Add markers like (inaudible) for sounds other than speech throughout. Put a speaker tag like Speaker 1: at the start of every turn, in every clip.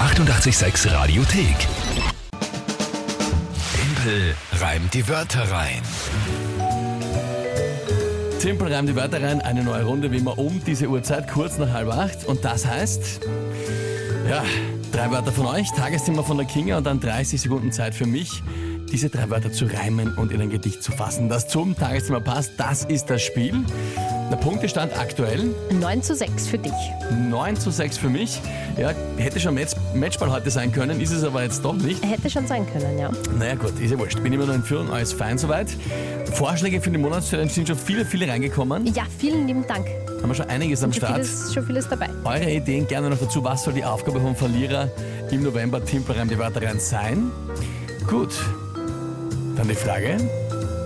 Speaker 1: 886 Radiothek. Tempel reimt die Wörter rein.
Speaker 2: Simpel reimt die Wörter rein, eine neue Runde wie immer um diese Uhrzeit, kurz nach halb acht. Und das heißt, ja, drei Wörter von euch, Tagesthema von der Kinga und dann 30 Sekunden Zeit für mich, diese drei Wörter zu reimen und in ein Gedicht zu fassen. Das zum Tagesthema passt, das ist das Spiel. Der Punktestand aktuell
Speaker 3: 9 zu 6 für dich.
Speaker 2: 9 zu 6 für mich. Ja, hätte schon Match Matchball heute sein können, ist es aber jetzt doch nicht.
Speaker 3: Hätte schon sein können, ja.
Speaker 2: Naja gut, ist ja wurscht. Bin immer noch in Führung, alles fein soweit. Vorschläge für die Monatschallenge sind schon viele, viele reingekommen.
Speaker 3: Ja, vielen lieben Dank.
Speaker 2: Haben wir schon einiges am
Speaker 3: Schon
Speaker 2: Start.
Speaker 3: vieles, schon vieles dabei.
Speaker 2: Eure Ideen gerne noch dazu, was soll die Aufgabe vom Verlierer im November Timperheim die Wörter rein sein? Gut, dann die Frage,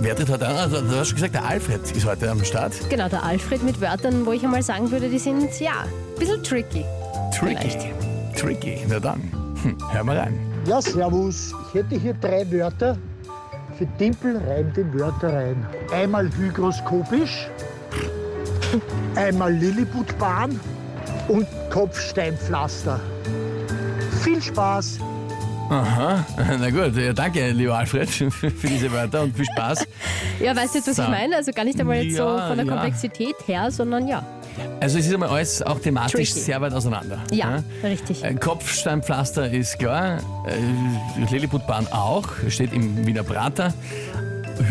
Speaker 2: wer tritt heute an? Also, du hast schon gesagt, der Alfred ist heute am Start.
Speaker 3: Genau, der Alfred mit Wörtern, wo ich einmal sagen würde, die sind, ja, ein bisschen tricky.
Speaker 2: Tricky,
Speaker 3: Vielleicht.
Speaker 2: tricky, na dann, hm, hör mal rein.
Speaker 4: Ja, servus. Ich hätte hier drei Wörter. Für Timpel reimt die Wörter rein. Einmal hygroskopisch, (laughs) einmal Lilliputbahn und Kopfsteinpflaster. Viel Spaß!
Speaker 2: Aha, na gut, ja, danke, lieber Alfred, (laughs) für diese Wörter und viel Spaß.
Speaker 3: Ja, weißt du jetzt, was
Speaker 2: So.
Speaker 3: ich meine? Also gar nicht einmal jetzt so
Speaker 2: Ja,
Speaker 3: von der
Speaker 2: ja.
Speaker 3: Komplexität her, sondern ja.
Speaker 2: Also, es ist einmal alles auch thematisch
Speaker 3: Tricky.
Speaker 2: sehr weit auseinander.
Speaker 3: Ja, richtig.
Speaker 2: Äh, Kopfsteinpflaster ist klar, äh, Lilliputbahn auch, steht im Wiener Prater.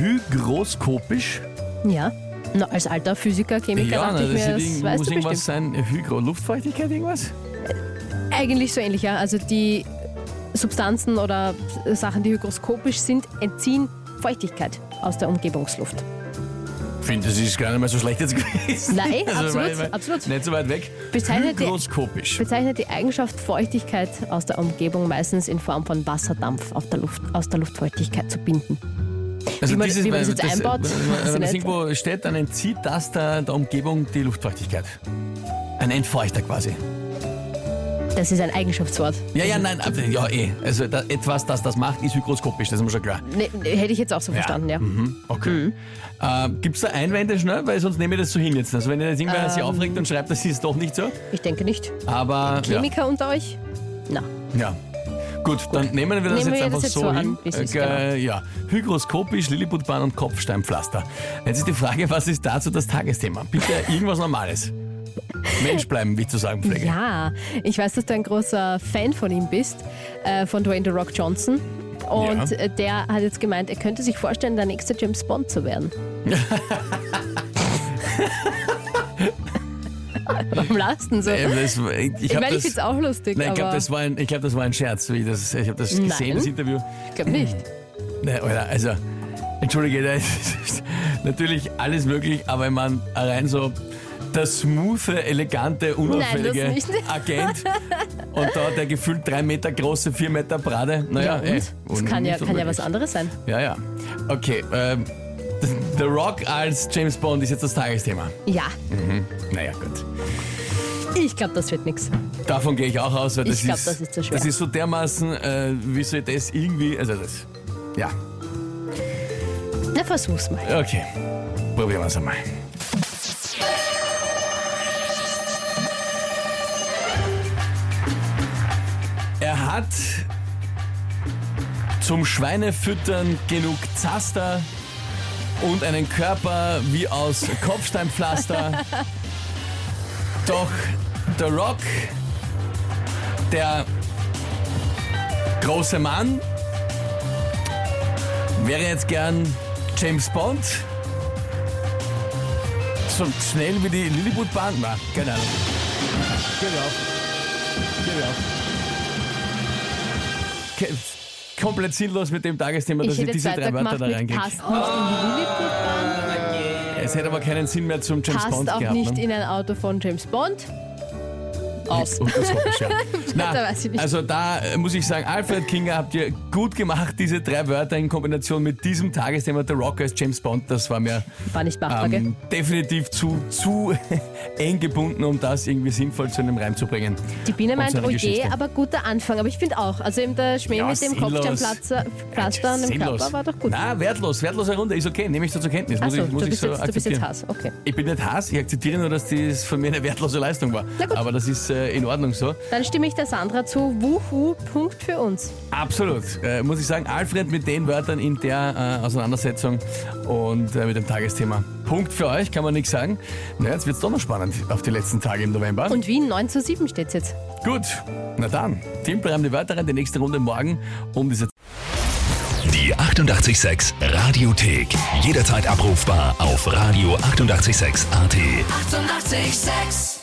Speaker 2: Hygroskopisch.
Speaker 3: Ja. Na, als alter Physiker, Chemiker dachte ich
Speaker 2: das
Speaker 3: mir,
Speaker 2: ist irgend-
Speaker 3: das weißt
Speaker 2: muss
Speaker 3: du
Speaker 2: irgendwas
Speaker 3: bestimmt.
Speaker 2: sein. Hygro, Luftfeuchtigkeit, irgendwas?
Speaker 3: Eigentlich so ähnlich, ja. Also die Substanzen oder Sachen, die hygroskopisch sind, entziehen Feuchtigkeit aus der Umgebungsluft.
Speaker 2: Ich finde, das ist gar nicht mal so schlecht jetzt gewesen. (laughs) Also,
Speaker 3: Nein, absolut, absolut.
Speaker 2: Nicht so weit weg.
Speaker 3: Bezeichnet die-
Speaker 2: Hygroskopisch.
Speaker 3: bezeichnet die Eigenschaft, Feuchtigkeit aus der Umgebung meistens in Form von Wasserdampf auf der Luft, aus der Luftfeuchtigkeit zu binden.
Speaker 2: Also
Speaker 3: wie man-
Speaker 2: dieses-
Speaker 3: wie man das jetzt einbaut, weiß ich
Speaker 2: Wenn das
Speaker 3: nicht.
Speaker 2: irgendwo steht, dann entzieht das der, der Umgebung die Luftfeuchtigkeit. Ein Entfeuchter quasi.
Speaker 3: Das ist ein Eigenschaftswort.
Speaker 2: Ja, ja, nein, ab- ja, eh. Also da, etwas, das das macht, ist hygroskopisch, das ist mir schon klar.
Speaker 3: Ne, ne, hätte ich jetzt auch so verstanden, ja.
Speaker 2: Mhm, okay. Äh, Gibt es da Einwände schnell? Weil sonst nehme ich das so hin jetzt. Also wenn jetzt irgendwer
Speaker 3: Ähm.
Speaker 2: sich aufregt und schreibt, das ist doch nicht so.
Speaker 3: Ich denke nicht.
Speaker 2: Aber ja,
Speaker 3: Chemiker unter euch? Na,
Speaker 2: ja. Gut, dann nehmen wir das
Speaker 3: Nehmen
Speaker 2: jetzt
Speaker 3: wir
Speaker 2: einfach
Speaker 3: das jetzt
Speaker 2: so,
Speaker 3: so an,
Speaker 2: hin.
Speaker 3: wie es ist, genau.
Speaker 2: Äh, Ja, hygroskopisch, Lilliputbahn und Kopfsteinpflaster. Jetzt ist die Frage, was ist dazu das Tagesthema? Bitte irgendwas
Speaker 3: (laughs)
Speaker 2: Normales. Mensch bleiben, wie ich zu sagen pflege.
Speaker 3: ja. Ich weiß, dass du ein großer Fan von ihm bist, äh, von Dwayne The Rock Johnson. Und
Speaker 2: Ja.
Speaker 3: äh, der hat jetzt gemeint, er könnte sich vorstellen, der nächste James Bond
Speaker 2: (laughs)
Speaker 3: zu werden. Warum lachst du denn so?
Speaker 2: Äh, das, ich ich,
Speaker 3: ich
Speaker 2: hab
Speaker 3: meine,
Speaker 2: das-
Speaker 3: ich finde es auch lustig,
Speaker 2: Nein, ich glaube,
Speaker 3: aber
Speaker 2: das, war ein- ich glaub, das war ein Scherz. Wie ich das, ich habe das gesehen,
Speaker 3: Nein.
Speaker 2: das Interview.
Speaker 3: ich glaube nicht.
Speaker 2: Nein, Alter, also, entschuldige, (laughs) da ist natürlich alles möglich, aber ich meine, allein so der smooth, elegante, unauffällige
Speaker 3: Nein, das nicht. (laughs)
Speaker 2: Agent und da der gefühlt drei Meter große, vier Meter Brade. Naja,
Speaker 3: und?
Speaker 2: ey,
Speaker 3: das kann, ja,
Speaker 2: nicht
Speaker 3: kann ja
Speaker 2: unmöglich.
Speaker 3: was anderes sein.
Speaker 2: Ja, ja. Okay, ähm, The Rock als James Bond ist jetzt das Tagesthema.
Speaker 3: Ja,
Speaker 2: Hm. Naja, gut.
Speaker 3: ich glaube, das wird nichts.
Speaker 2: Davon gehe ich auch aus, weil
Speaker 3: Ich
Speaker 2: das,
Speaker 3: glaub,
Speaker 2: ist,
Speaker 3: das ist zu schwer.
Speaker 2: das ist so dermaßen, äh, wie soll das irgendwie, also das, ja,
Speaker 3: Na, versuch's mal.
Speaker 2: okay, probieren wir es einmal. Er hat zum Schweinefüttern genug Zaster und einen Körper wie aus (laughs) Kopfsteinpflaster. Doch The Rock, der große Mann, wäre jetzt gern James Bond. So schnell wie die Lilliputbahn war. Keine Ahnung. Gib mir auf. Gib mir auf. Ke- Komplett sinnlos mit dem Tagesthema, dass
Speaker 3: Ich
Speaker 2: ich
Speaker 3: hätte jetzt
Speaker 2: diese drei Wörter
Speaker 3: weitergemacht
Speaker 2: da
Speaker 3: mit
Speaker 2: reingebe.
Speaker 3: passt nicht in die Lilliputbahn,
Speaker 2: Es hätte aber keinen Sinn mehr zum James
Speaker 3: passt
Speaker 2: Bond
Speaker 3: auch
Speaker 2: gehabt.
Speaker 3: nicht
Speaker 2: ne?
Speaker 3: in ein Auto von James Bond. Aus.
Speaker 2: Und das Hobby,
Speaker 3: (laughs)
Speaker 2: ja. Na,
Speaker 3: Da weiß ich nicht.
Speaker 2: Also da äh, muss ich sagen, Alfred Kinger habt ihr gut gemacht, diese drei Wörter in Kombination mit diesem Tagesthema The Rock als James Bond, das war mir
Speaker 3: War nicht machbar, gell?
Speaker 2: ähm, definitiv zu, zu (laughs) eng gebunden, um das irgendwie sinnvoll zu einem Reim zu bringen.
Speaker 3: Die Biene
Speaker 2: und
Speaker 3: meint,
Speaker 2: so eine
Speaker 3: oh je,
Speaker 2: Geschichte.
Speaker 3: aber guter Anfang. Aber ich finde auch, also eben der Schmäh
Speaker 2: Ja,
Speaker 3: mit dem
Speaker 2: sinnlos.
Speaker 3: Kopfsteinpflaster Pflaster und dem
Speaker 2: Sinnlos.
Speaker 3: Körper war doch gut.
Speaker 2: Na, wertlos, wertlose Runde, ist okay, nehme ich so zur Kenntnis, muss
Speaker 3: Achso,
Speaker 2: ich, muss
Speaker 3: du,
Speaker 2: ich
Speaker 3: bist
Speaker 2: so
Speaker 3: jetzt- du bist
Speaker 2: akzeptieren.
Speaker 3: jetzt Hass, okay.
Speaker 2: Ich bin nicht Hass, ich akzeptiere nur, dass das von mir eine wertlose Leistung war.
Speaker 3: Na gut.
Speaker 2: Aber das ist äh, äh, in Ordnung so.
Speaker 3: Dann stimme ich der Sandra zu. Wuhu, Punkt für uns.
Speaker 2: Absolut. Äh, muss ich sagen, Alfred mit den Wörtern in der äh, Auseinandersetzung und äh, mit dem Tagesthema. Punkt für euch, kann man nichts sagen. Na, jetzt wird's doch noch spannend auf die letzten Tage im November.
Speaker 3: Und Wien 9 zu 7 steht jetzt.
Speaker 2: Gut, na dann. Timpel haben die Wörter rein, die nächste Runde morgen um diese
Speaker 1: Die 886 Radiothek. Jederzeit abrufbar auf radio886.at. 886!
Speaker 5: 886!